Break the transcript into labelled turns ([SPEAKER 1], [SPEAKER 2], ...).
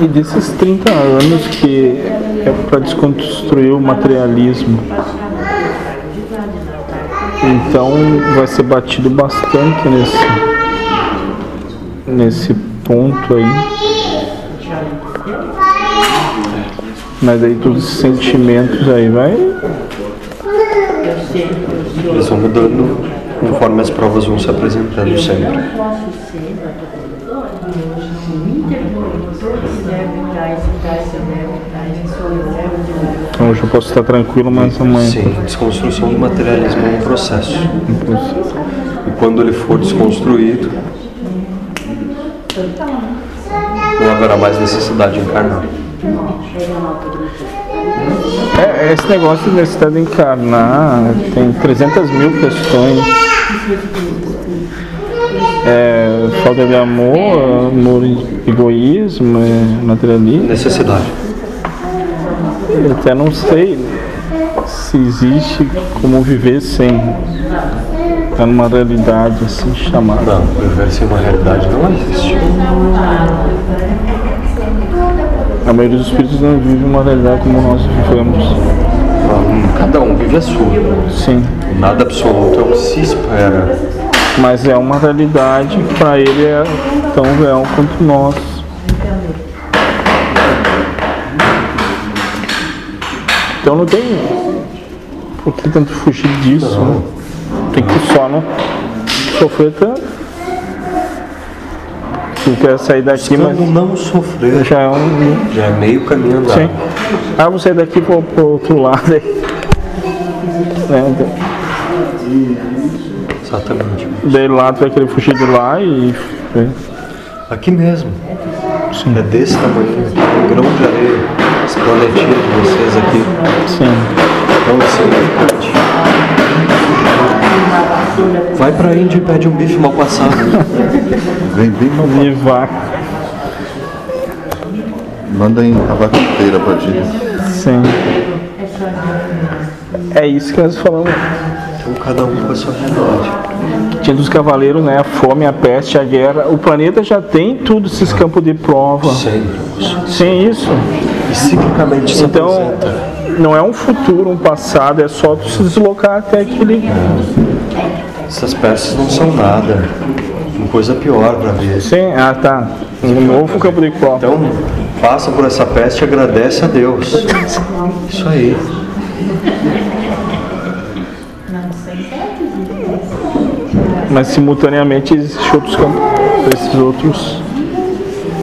[SPEAKER 1] E desses 30 anos que é para desconstruir o materialismo. Então vai ser batido bastante nesse, nesse ponto aí. Mas aí todos esses sentimentos aí vai.
[SPEAKER 2] Eles vão mudando conforme as provas vão se apresentando sempre.
[SPEAKER 1] Hoje eu posso estar tranquilo, mas amanhã.
[SPEAKER 2] Sim, desconstrução do materialismo é um processo. E quando ele for desconstruído, não haverá mais necessidade de encarnar.
[SPEAKER 1] É, esse negócio de necessidade de encarnar tem 300 mil questões. É, falta de amor, amor e egoísmo, é, materialismo.
[SPEAKER 2] Necessidade.
[SPEAKER 1] Eu até não sei se existe como viver sem. Tá numa realidade assim chamada.
[SPEAKER 2] Não, viver sem uma realidade não existe.
[SPEAKER 1] A maioria dos espíritos não vive uma realidade como nós vivemos.
[SPEAKER 2] Não, Cada um vive a sua.
[SPEAKER 1] Sim.
[SPEAKER 2] Nada absoluto é o que se espera.
[SPEAKER 1] Mas é uma realidade que para ele é tão real quanto nós. Então não tem por que tanto fugir disso. né? Tem que só não sofrer tanto. Se quer sair daqui, mas
[SPEAKER 2] Quando Então, não sofrer,
[SPEAKER 1] já é um.
[SPEAKER 2] já é meio caminho andado.
[SPEAKER 1] Sim. Ah, vou sair daqui pro, pro outro lado aí. Né?
[SPEAKER 2] Exatamente.
[SPEAKER 1] Daí lá tu vai querer fugir de lá e.
[SPEAKER 2] Aqui mesmo. É desse tamanho, um grão de areia. Esse planetinha de vocês aqui
[SPEAKER 1] Sim.
[SPEAKER 2] é um insignificante. Vai pra Índia e pede um bife mal passado.
[SPEAKER 3] Vem bem mal.
[SPEAKER 1] E vá,
[SPEAKER 3] Manda em a vaca inteira pra gente.
[SPEAKER 1] sim. É isso que nós falamos.
[SPEAKER 2] Então cada um com a sua realidade.
[SPEAKER 1] Tinha dos cavaleiros, né? A fome, a peste, a guerra. O planeta já tem tudo esses campos de prova.
[SPEAKER 2] Sempre.
[SPEAKER 1] Sim, isso.
[SPEAKER 2] E ciclicamente se
[SPEAKER 1] Então,
[SPEAKER 2] apresenta.
[SPEAKER 1] não é um futuro, um passado, é só tu se deslocar até aquele.
[SPEAKER 2] Essas peças não são nada. Uma coisa pior pra ver.
[SPEAKER 1] Sim, ah tá. Um novo campo de prova.
[SPEAKER 2] Então, passa por essa peste e agradece a Deus. Isso aí.
[SPEAKER 1] Mas simultaneamente existem outros campos. Esses outros.